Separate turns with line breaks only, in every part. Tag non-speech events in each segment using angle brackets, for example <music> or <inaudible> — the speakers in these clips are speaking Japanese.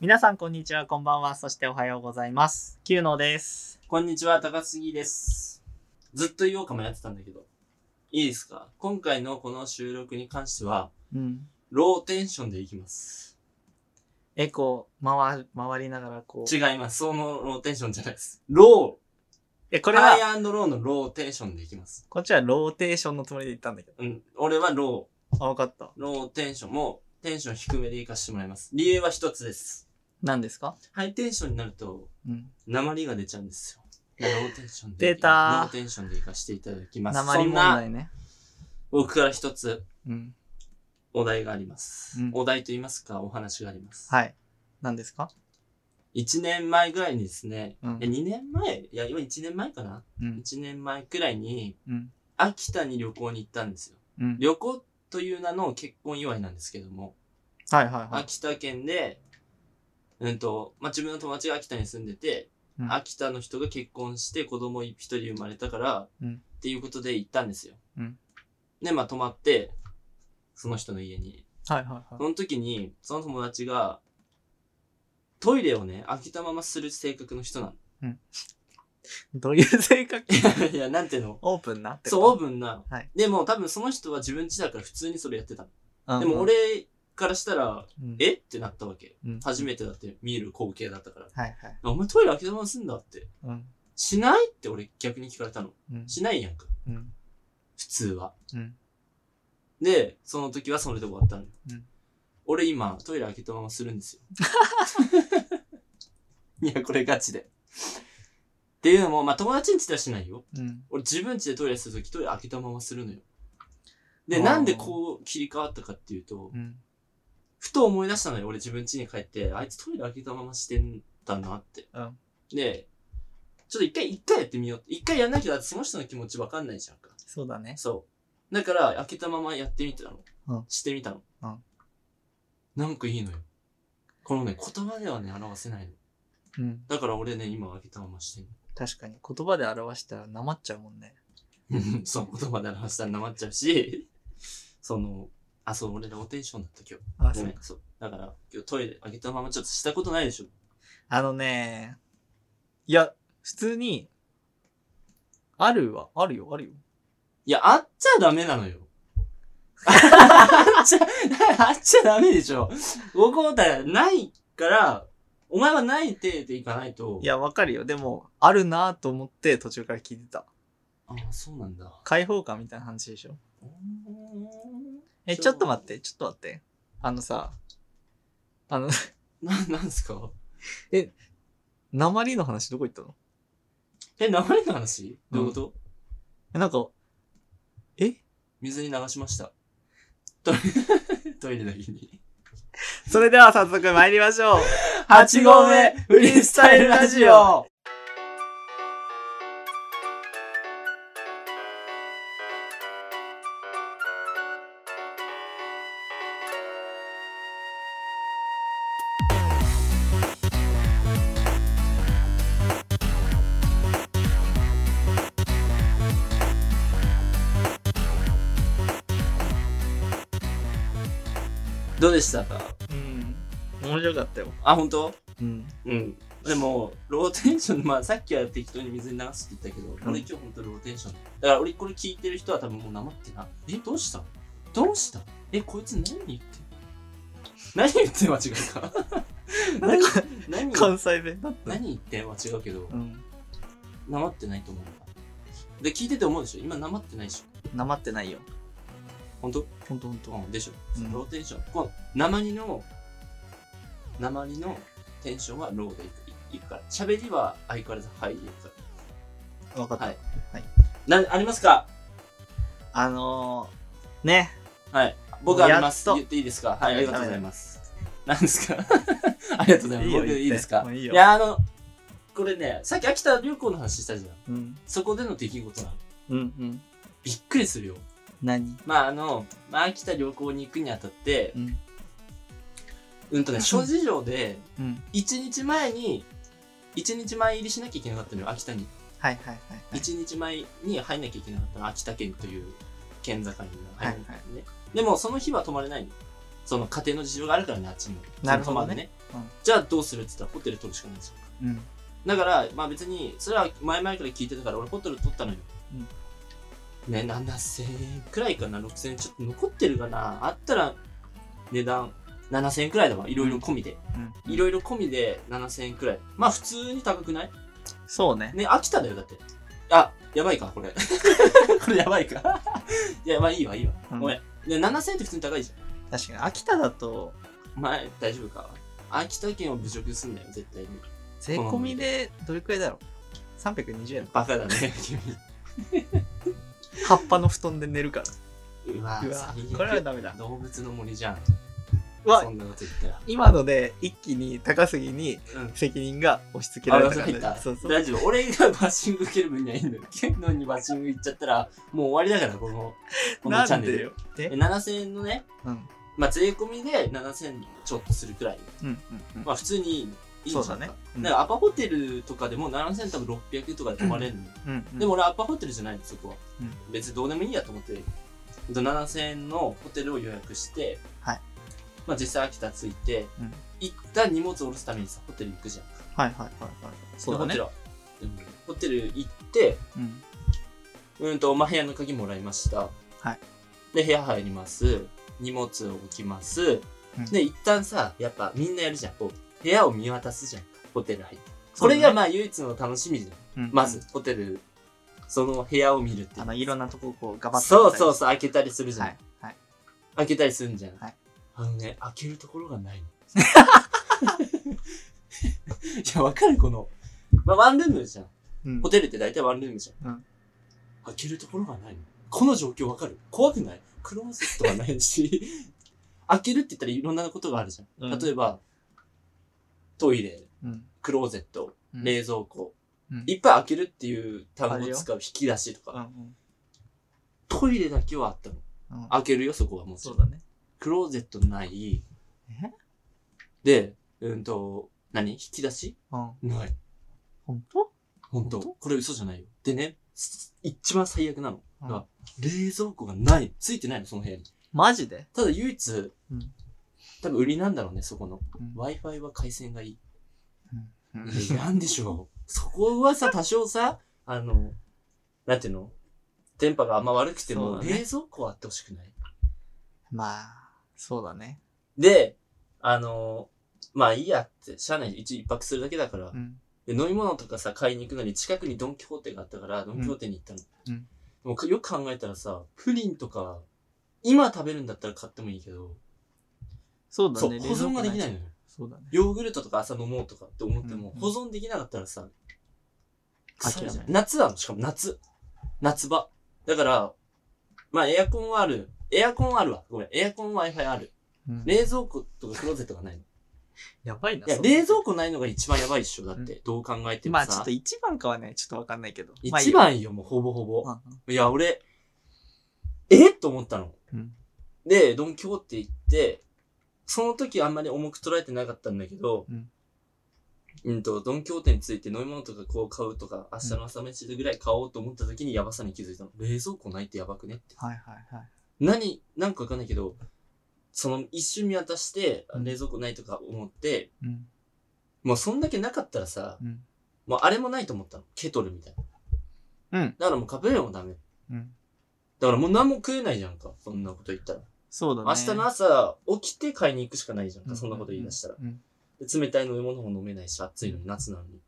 皆さんこんにちは、こんばんは、そしておはようございます。キューノです。
こんにちは、高杉です。ずっと言おうかもやってたんだけど。いいですか今回のこの収録に関しては、
うん。
ローテンションでいきます。
エコー回、回りながらこう。
違います。そのローテンションじゃないです。ロ
え、こ
ー。
れ
ハイ
は、
アンドローのローテンションでいきます。
こっちはローテーションのつもりで言ったんだけど。
うん。俺はロ
あ、わかった。
ー。ローテンションも、テンション低めでいかしてもらいます。理由は一つです。
何ですか
ハイテンションになると、
うん。
鉛が出ちゃうんですよ。ローテンションで。
出たー
ローテンションでいかしていただきます。
鉛
そん
問
な、
題ね。
僕から一つ、
うん。
お題があります、
うん
お題と言いますか、お話があります。
はい。何ですか
1年前ぐらいにですね、
うん
え、2年前いや、今1年前かな
うん。
?1 年前くらいに、
うん。
秋田に旅行に行ったんですよ。
うん。
旅行という名の結婚祝いなんですけども、
はいはいはい。
秋田県で、うんと、まあ、自分の友達が秋田に住んでて、
うん
秋田の人が結婚して子供一人生まれたから、
うん
っていうことで行ったんですよ。
うん
で、まあ、泊まって、その人の家に。
はいはいは
その時に、その友達が、トイレをね、開けたままする性格の人なの。
い。どういう性 <laughs> 格
<laughs> いや、なんていうの
オープンなって
<laughs> そう、オー
う。
ブンな。
はい
でも、多分その人は自分家だから普通にそれやってたの。
うん
でも、、俺からしたら、
うん、
えってなったわけ。
うん
初めてだって見る光景だったから。
はいはい。
お前トイレ開けたまますんだって。
うん。
しないって俺逆に聞かれたの。
うん。
しないやんか。
うん。
普通は。
うん。
で、その時はそれで終わったのよ。
うん
俺今、トイレ開けたままする
<laughs>
んですよ。いや、これガチで。っていうのも、まあ、友達んちではしないよ。
うん。
俺自分家でトイレするとき、トイレ開けたままするのよ。で、
あー
なんでこう切り替わったかっていうと、
うん。
ふと思い出したのよ。俺自分家に帰って、あいつトイレ開けたまましてんだなって。
うん
で、ちょっと一回、一回やってみようって。一回やんなきゃ、だってその人の気持ちわかんないじゃんか。
そうだね。
そう。だから、開けたままやってみてたの。
うん
してみたの。
うん
なんかいいのよ。このね、言葉ではね、表せないの。
うん。
だから俺ね、今開けたままして <laughs> ん
確かに。言葉で表したらなまっちゃうもんね。
の。そう、言葉で表したらなまっちゃうし、 <laughs> その、あ、そう、俺ローテーションだった今
あ、
日。
そう
ごめん、そう。だから、今日トイレ開けたままちょっとしたことないでしょ。
あのね、いや、普通に、あるは、あるよ、あるよ。
いや、あっちゃダメなのよ。 <laughs> あっちゃ、 <laughs> あっちゃダメでしょ。ご交代ないから、お前はない手でいかないと。
いや、わかるよ。でも、あるなと思って途中から聞いてた。
ああ、そうなんだ。
開放感みたいな話でしょ。え、ちょっと待って、ちょっと待って。あのさ、あの、 <laughs>
な、なんすか
鉛の話どこ行ったの
え、流れの話どういうこと、
えなんか、え
水に流しました。トイレ、 <laughs> トイレだけに。
それでは早速参りましょう。
8号目フリースタイルラジオどうでしたか
うん。面白かったよ。
あ、本当？
うん。
うん。でも、ローテンション、まあさっきは適当に水に流すって言ったけど、俺今日本当ローテンション。だから俺これ聞いてる人は多分もうなまってな。え、どうしたどうしたえ、こいつ何言ってん何言ってんは違うか。
<laughs>
何何
関西弁だった。
何言ってんは違うけど
う、ん。
なまってないと思うんだ。で、聞いてて思うでしょ今なまってないでしょ
鉛ってないよ。
本当
ほんとほんと。
うん、でしょ、
うん
ローテンション。この、鉛の、鉛のテンションはローでいくいくから。喋りは相変わらずハイでいくから。
わかった。
はいな、ありますか
あのー、ね。
はい。僕あります。
やっと
言っていいですかはい、
はい
ありがとうございます。なんですか <laughs> ありがとうございます。
いいよ言っ
僕
て
いいですか
もういいよ
や、あの、これね、さっき秋田旅行の話したじゃん。
うん。
そこでの出来事なの。
うんうん。
びっくりするよ。
何
まあ、あの、まあ、秋田旅行に行くにあたって
う、ん。
うんとね、諸事情で、
うん。
1日前に、1日前入りしなきゃいけなかったのよ、秋田に。
はいはいはいはい。
1日前に入んなきゃいけなかったの、秋田県という県境に入るんだよね。
はい
でも、その日は泊まれないの。その家庭の事情があるからね、あっちにも。
なるほどね
その泊まるね。
うん
じゃあどうするって言ったらホテル取るしかないんですよ
うん。
だからまあ別にそれは前々から聞いてたから俺ホテル取ったのよ、ね7000円くらいかな6000円ちょっと残ってるかなあったら値段7000円くらいだわいろいろ込みで
うん。
いろいろ込みで7000円くらいまあ普通に高くない
そうね。
ね秋田だよだってあやばいか
<laughs>
これこれやばいかいやまあいいわいいわ
うん
ごめんで7000円って普通に高いじゃ
確かに、秋田だと、
ん前大丈夫か秋田県を侮辱すんだよ絶対に
税込みでどれくらいだろう ?320 円。
バカだね君
葉っぱの布団で寝るから。
うわ
うわ
最悪
これはダメだ。
動物の森じゃん。
うわ
そんなこと言ったら。
今ので一気に高杉に
うん。
責任が押し付け
あ
られ
れ
た
入った
感じ。そうそう。
大丈夫。俺がバッシング受ける分にはいいんだよ。ケンノンにバッシングいっちゃったら、もう終わりだから、この、このチ
な
ャ
ん
ンネ
で
ル。
よ。え
え7000円のね、
うん。
まあ、税込みで7000ちょっとするくらい。
うんうんうん。
まあ、普通にいいいい
そうだね。うん
だからアパホテルとかでも7000多分600とかで泊まれるの、
うんうん
でも俺アパホテルじゃないのそこは、
う
別にどうでもいいやと思ってほんと7000円のホテルを予約して、
はい
まあ、実際秋田着いて、
うん
一旦荷物を下ろすためにさホテルに行くじゃん
はいはいはいはい。そうだね
で。ホテルはでもホテル行って
うん。
うんと、まあ、部屋の鍵もらいました
はい
で部屋入ります荷物を置きます、
うん
で一旦さやっぱみんなやるじゃんこう部屋を見渡すじゃんホテル入って
そ
こ
うだ
れ
ね
がまあ唯一の楽しみじゃん
うん
まず、ホテル、その部屋を見るってい
あ
う。
の、いろんなとここう、ガバッ
そうそう
そ
そう、開けたりするじゃん。
はい。はい。
開けたりするんじゃん。
はい
あのね、開けるところがない
<laughs>
の。いや、わかるこの。まあ、ワンルームじゃん。
うん
ホテルって大体ワンルームじゃん。
うん
開けるところがないの。この状況わかる怖くないクローゼットがないし。開けるって言ったらいろんなことがあるじゃん。
うん
例えば、トイレ、
うん。
クローゼット、
うん
冷蔵庫。
うん
いっぱい開けるっていう単語を使う引き出しとか。
うん
トイレだけはあったの。
うんうん。
開けるよ、そこはもち
そ
ろ。
うんだね。
クローゼットない。
え
で、うんと、何引き出し
うん。
ない。
本当
ほんと。
ほんと
これ嘘じゃないよ。でね、す一番最悪なの
うん
が、冷蔵庫がない。ついてないの、その部屋に。
マジで
ただ唯一、
うん
多分売りなんだろうね、そこの。
うん
Wi-Fi は回線がいい。
うん
いやなんでしょう。そこはさ、多少さ、あの、なんていうの電波があんま悪くて
そ
も、
うだね
冷蔵庫はあってほしくない
まあ、そうだね。
で、あのまあいいやって、車内一一泊するだけだから、
うん。
で飲み物とかさ、買いに行くのに近くにドンキホーテがあったから、ドンキホーテに行ったの。
うん
でもよく考えたらさ、プリンとか、今食べるんだったら買ってもいいけど、
そうだ
そう、
ね。
保存ができない
い。
のよ。
そうだね。
ヨーグルトとか朝飲もうとかって思っても、
うん
保存できなかったらさ、腐るじゃん
諦め
夏なの、しかも夏。夏場。だから、まあエアコンはある。エアコンはあるわ。ごめん。エアコン Wi-Fi ある。
うん
冷蔵庫とかクローゼットがないの。
やばいな。
いや、
それ
冷蔵庫ないのが一番やばいっしょ。だって、どう考えても
まあ
さ。
ちょっと一番かはね、ちょっとわかんないけど。まあいい
一
よ
番よ、もうほぼほぼ。
うんうん
いや、俺、えっと思ったの。
うん
で、ドンキホーテ行って、その時あんまり重く捉えてなかったんだけど、
うん
うんと、ドンキホーテについて飲み物とかこう買うとか、明日の朝飯ぐらい買おうと思った時にやばさに気づいたの。冷蔵庫ないってやばくねって。
はいはいはい。
何、なんかわかんないけど、その一瞬見渡して、あ
うん
冷蔵庫ないとか思って、
うん。
もうそんだけなかったらさ、
うん。
もうあれもないと思ったの。ケトルみたいな。
うん
だからもうカプレーゼもダメ。
うん。
だからもう何も食えないじゃんか。そんなこと言ったら。
そうだね。
明日の朝、起きて買いに行くしかないじゃん
う
か。そんなこと言い出したら。
うん。
で冷たい飲み物も飲めないし、暑いのに夏なのに。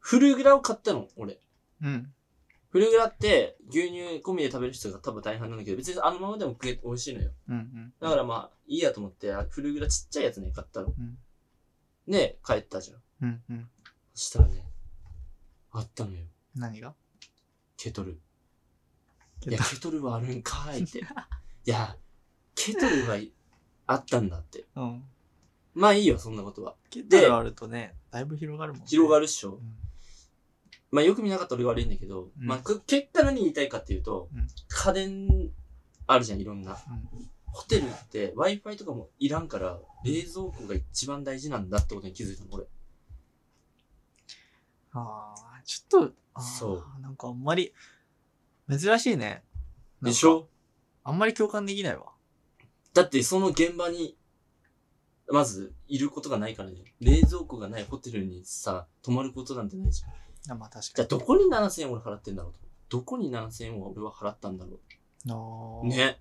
フルグラを買ったの、俺。
うん。
フルグラって牛乳込みで食べる人が多分大半なんだけど、別にあのままでも食えて美味しいのよ。
うん。うん。
だからまあ、いいやと思って、あフルグラちっちゃいやつね、買ったの。
うん
ね、帰ったじゃ
う
ん。
ん。うん。
そしたらね、あったのよ。
何が
ケトル。
ケトル
いや、ケトルはあるんかいって。いや、ケトルがあったんだって。
うん。
まあいいよ、そんなことは。
ケトルあるとね、だいぶ広がるもんね。
広が
る。
るっしょ。まあよく見なかった俺が悪いんだけど、
うん
まあく結果何言いたいかっていうと、
うん
家電あるじゃん、いろんな。
うん。
ホテルって Wi-Fi とかもいらんから、冷蔵庫が一番大事なんだってことに気づいたの、俺。
ああ、ちょっと、あー
そう
なんかあんまり、珍しいね。
でしょ
あんまり共感できないわ。
だってその現場にまず、いることがないからね。冷蔵庫がないホテルにさ、泊まることなんてないじゃん。
あまあ確
じ
か
ゃあ、
に。
どこに7000円俺払ってんだろうと。どこに7000円を俺は払ったんだろ
あー
う。ね。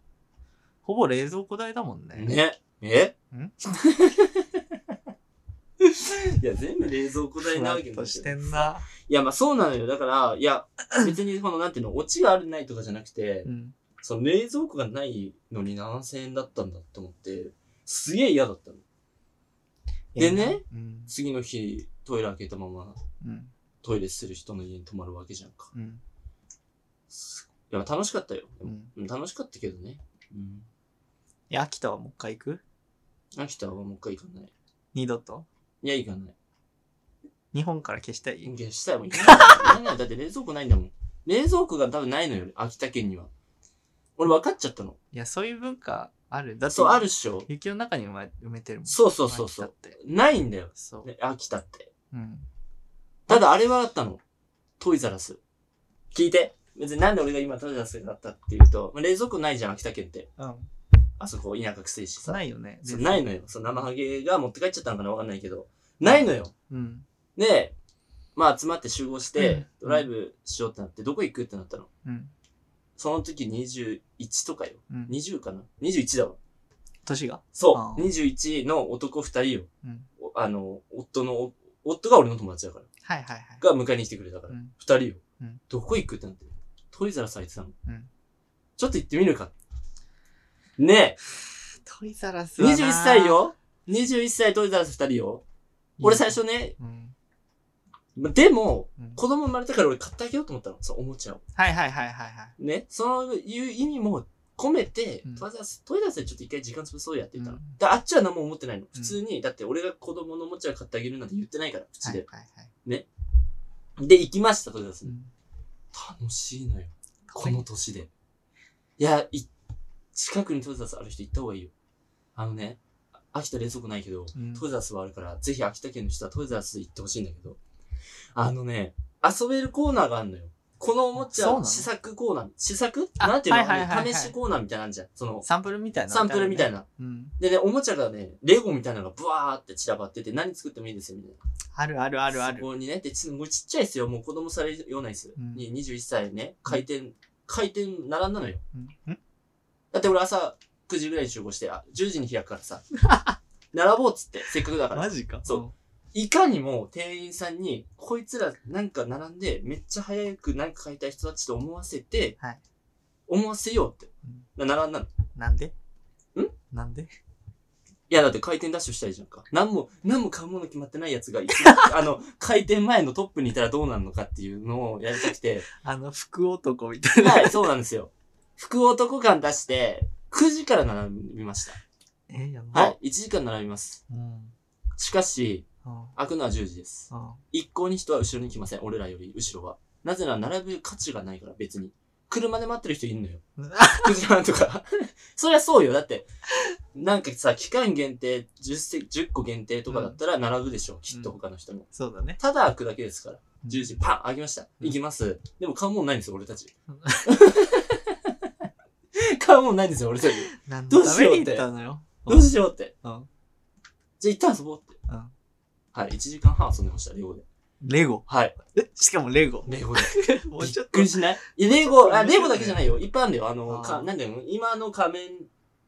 ほぼ冷蔵庫代だもんね。
ね。え
ん
<laughs> いや、全部冷蔵庫代
ふ
な
わ
わ
っ
けなんだ
と
け
し
ど
てんな。
いや、まあそうなのよ。だから、いや、別にこの、なんていうの、オチがあるないとかじゃなくて
う、ん。
その冷蔵庫がないのに7000円だったんだと思って、すげえ嫌だったの。でね。
うん。
次の日、トイレ開けたまま、
うん。
トイレする人の家に泊まるわけじゃんか。
うん。
すいや、楽しかったよ。で
う
も
ん。
うん楽しかったけどね。うん。
いや、秋田はもう一回行く
秋田はもう一回行かない。
二度と。
いや、行かない。
日本から消したい。
いや、したいもん。いらないいらないだって冷蔵庫ないんだもん。冷蔵庫が多分ないのよ、秋田県には。俺分かっちゃったの。
いや、そういう文化ある。だって、
そう、あるっしょ。
雪の中に埋め埋めてるもん。
そうそうそうそう
秋田って。
ないんだよ、
そう。
ね秋田って。
うん。
ただあれはあったの。トイザラス。聞いて。別になんで俺が今トイザラスだったっていうと、まあ冷蔵庫ないじゃん、秋田県って。
うん。
あそこ田舎くせえしさ。
ないよね。
そ
全
う
然
ないのよ。そう生ハゲが持って帰っちゃったのかなわかんないけど。ないのよ。
うん。
で、まあ集まって集合して、
うん
ドライブしようってなって、どこ行くってなったの。
うん。
その時21とかよ。
うん。
20かな ?21 だわ。
年があ
そ
あ
う。21の男2人よ。
うん。
おあの、夫の、お夫が俺の友達だから。
はいはいはい。
が迎えに来てくれたから。
うん
二人よ、
うん
どこ行くってなって。トイザらス空いてたの。
うん
ちょっと行ってみるか。ね
トイザラス
え、
はな
21歳。よ。21歳トイザらス二人よ。俺最。初ね、
うん。
までも、
うん
子供生まれたから俺買ってあげようと思ったの。そう、おもちゃを。
はいはいはいはいはい。
ね。そのいう意味も込めて、
うん
トイザらス、トイザらスでちょっと一回時間潰そうやって言ったの。
うん
だあっちは何も思ってないの。普通に、だって俺が子供のおもちゃを買ってあげるなんて言ってないから、口
はい
で。
はいはい。
で、行きました、トイザらス
う
に。
ん
楽しいのよ。この年で。いや、い、近くにトイザらスある人行った方がいいよ。あのね、あ秋田冷蔵庫ないけど、
うん
トイザらスはあるから、ぜひ秋田県の人はトイザらス行ってほしいんだけど、あのね、遊べるコーナーがあるのよ。このおもち
そうな
ゃ、
の
試作コーナー、試作
あ
なんていうの、
はいはいはいはい
試しコーナーみたいなのあんじゃん。その、
サンプルみたいな。
サンプルみたい
な。
な。
うん。
でね、おもちゃがね、レゴみたいなのがブワーって散らばってて、何作ってもいいですよ、みたいな。
あるあるあるある
そ。こにね、で、ちもうちっちゃいですよ。もう子供されるようないです。
うん
に21歳ね、回転、回転並んだのよ。
うんん
だって俺朝9時ぐらいに集合して、あ、10時に開くか
<laughs>
らさ。並ぼうっつって、せっかくだから。
マジか。
そいかにも店員さんに、こいつらなんか並んで、めっちゃ早くなんか買いたい人たちと思わせて、
はい
思わせようって。な並んだの。
うん。なんで
ん
なんで
いや、だって回転ダッシュしたいじゃんか。何も、何も買うもの決まって <laughs> ないやつが一番、あの、回転前のトップにいたらどうなるのかっていうのをやりたくて。
あの、福男みたいな。
はい、そうなんですよ。福男感出して、9時から並びました。
え、やば。
はい、1時間並びます。
うん。
しかし、
うん。
開くのは10時です。
うん。
一向に人は後ろに来ません。俺らより後ろは。なぜなら並ぶ価値がないから、別に。車で待ってる人いん
<laughs>
のよ。9時半とか。そりゃそうよ。だって、なんかさ、期間限定10席、10個限定とかだったら並ぶでしょ。きっと他の人も。
そうだね。
ただ開くだけですから。10時、パン開きました。
うん
行きます。でも買うもんないんですよ、俺たち
うん。
<laughs> 買うもんないんですよ、俺たち。
何
ど
の
う
た
しようっ
め
て
に行ったのよ。
どうしようって。
うん。
じゃあ一旦遊ぼうって。
うん
はい、1時間半遊んでました、レゴで。
レゴ。
はい、
えしかもレ
<laughs>
ゴ。
レゴで。
も
び
うちょ
っ
っと
くりしないいや、レゴ、あ、
面白いね
レゴだけじゃないよ。一般だよ。あの、
あー
かなんだよ。今の仮面、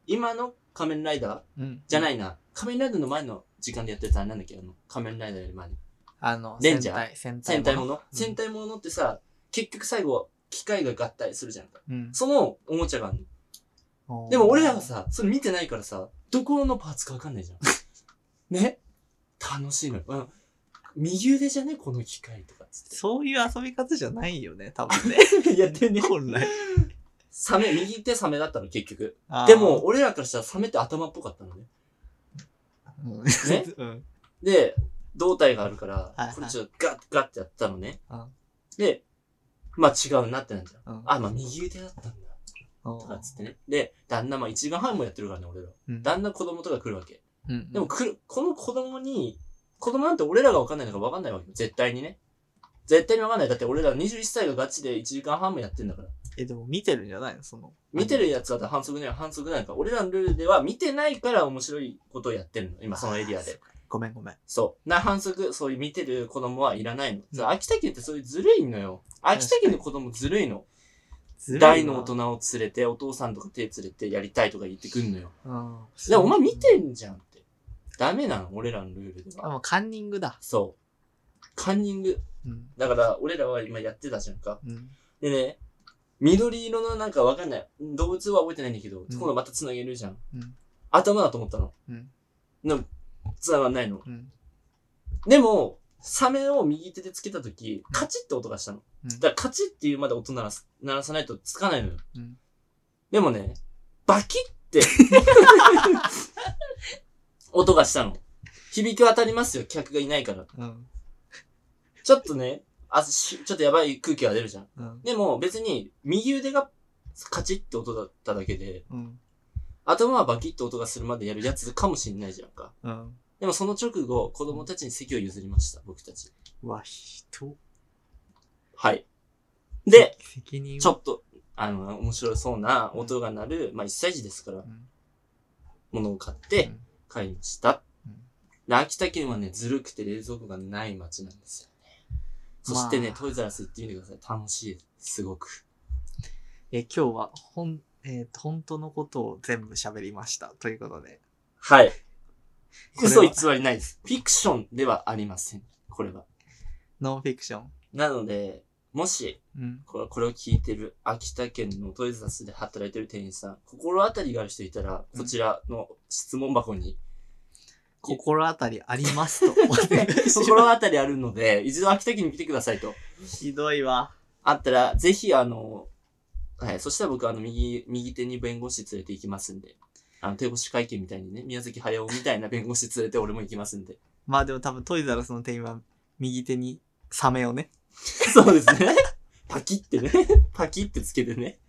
今の仮面ライダー
うん。。
じゃないいな。仮面ライダーの前の時間でやってた、なんだっけ、あの、仮面ライダーより前に。
あの、
レンジャー
戦隊。
戦隊もの
うん
戦隊ものってさ、結局最後、機械が合体するじゃんか。
うん。
そのおもちゃがあるの。
おー
でも俺らは、さ、それ見てないからさ、どこのパーツかわかんないじゃん。
<laughs>
ね楽しいのよ。うん右腕じゃねこの機械とかっ
<laughs>
つっ
そういう遊び方じゃないよね、多分ね。
<laughs> て。いや、でね、
本来。
サメ、右手サメだったの、結局。
あー
でも、、俺らからしたらサメって頭っぽかったのね。
うん <laughs>
ね
うん。
で、胴体があるから
はいはい、
これちょっとガッガッってやったのね
うん。
で、まあ違うなってなんじゃん。
うん
あ、まあ右腕だったんだ。
うん
とかっつってね。で、旦那、まあ1時間半もやってるからね、俺ら。
うん
旦那子供とか来るわけ。
うん
でも来る、この子供に、子供なんて俺らが分かんないのか分かんないわけよ。絶対にね。絶対にわかんない。だって俺ら21歳がガチで1時間半もやってんだから。
え、でも見てるんじゃないのその。
見てるやつは反則には反則なんか。俺らのルールでは見てないから面白いことをやってるの。今そのエリア
あー。そ
で
う。かごめんごめん。
そう。な、反則、そういう見てる子供はいらないの。そう秋田県ってそういうずるいのよ。秋田県の子供ずるいの。
ずるいな
大の大人を連れて、お父さんとか手連れてやりたいとか言ってくんのよ。
うん。
で、お前見てんじゃんって。ダメなの、俺らのルールで
あ、
は。
もうカンニングだ。
そう。カンニング。
うん。
だから、俺らは今やってたじゃんか。
うん。
でね、緑色のなんかわかんない。動物は覚えてないんだけど、
ん
今度また繋げるじゃん。
うん
頭だと思ったの。
うん。
の繋がんないの。
うん。
でも、サメを右手でつけたとき、カチッって音がしたの。
うん
だからカチッっていうまで音鳴らす鳴らさないとつかないのよ。
うん
でもね、バキッ
<laughs>
て、音がしたの。響き渡りますよ、客がいないから。
うん。
ちょっとね、あしちょっとやばい空気が出るじゃん。
うん。
でも別に、右腕がカチッって音だっただけで、
うん。
頭はバキッて音がするまでやるやつかもしれないじゃんか。
うん。
でもその直後、子供たちに席を譲りました、僕たち。
うわ、人。
はい。で、、
責任を
ちょっと、あの、面白そうな音が鳴る、まあ、1歳児ですから
う、ん。
物を買っ
う
て
ん、
買いました
うん。
で、秋田県はね、ずるくて冷蔵庫がない町なんですよね。そしてね、
まあ
トイザらス行ってみてください。楽しい。すごく。
え、今日は、ほん、えー本当のことを全部喋りました。ということで。
はい。
これは
嘘偽りないです。フィクションではありません。これは。
ノンフィクション。
なので、もし、
うん。
これこれを聞いてる秋田県のトイザらスで働いてる店員さん、心当たりがある人いたら、こちらの質問箱に
心当たりありますと。お願いし
心当たりあるので、一度秋田県に来てくださいと。
ますひどいわ。
あったら、ぜひ、あの、はい、そしたら僕、あの、右、右手に弁護士連れて行きますんで、あの、手越し会見みたいにね、宮崎駿みたいな弁護士連れて俺も行きますんで。
まあでも多分トイザらスの店員は右手にサメをね。
<laughs> そうですね。パキってね、パキってつけてね。